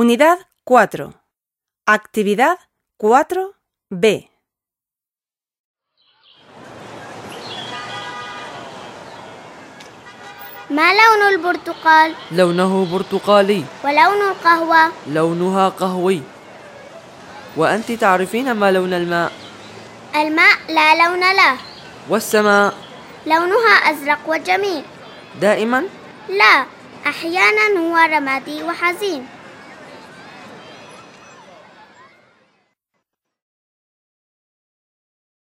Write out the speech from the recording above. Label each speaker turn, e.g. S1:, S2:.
S1: Unidad 4. Actividad 4B.
S2: ما لون البرتقال
S3: لونه برتقالي
S2: ولون القهوة
S3: لونها قهوي وأنت تعرفين ما لون الماء
S2: الماء لا لون له
S3: والسماء
S2: لونها أزرق وجميل
S3: دائما
S2: لا أحيانا هو رمادي وحزين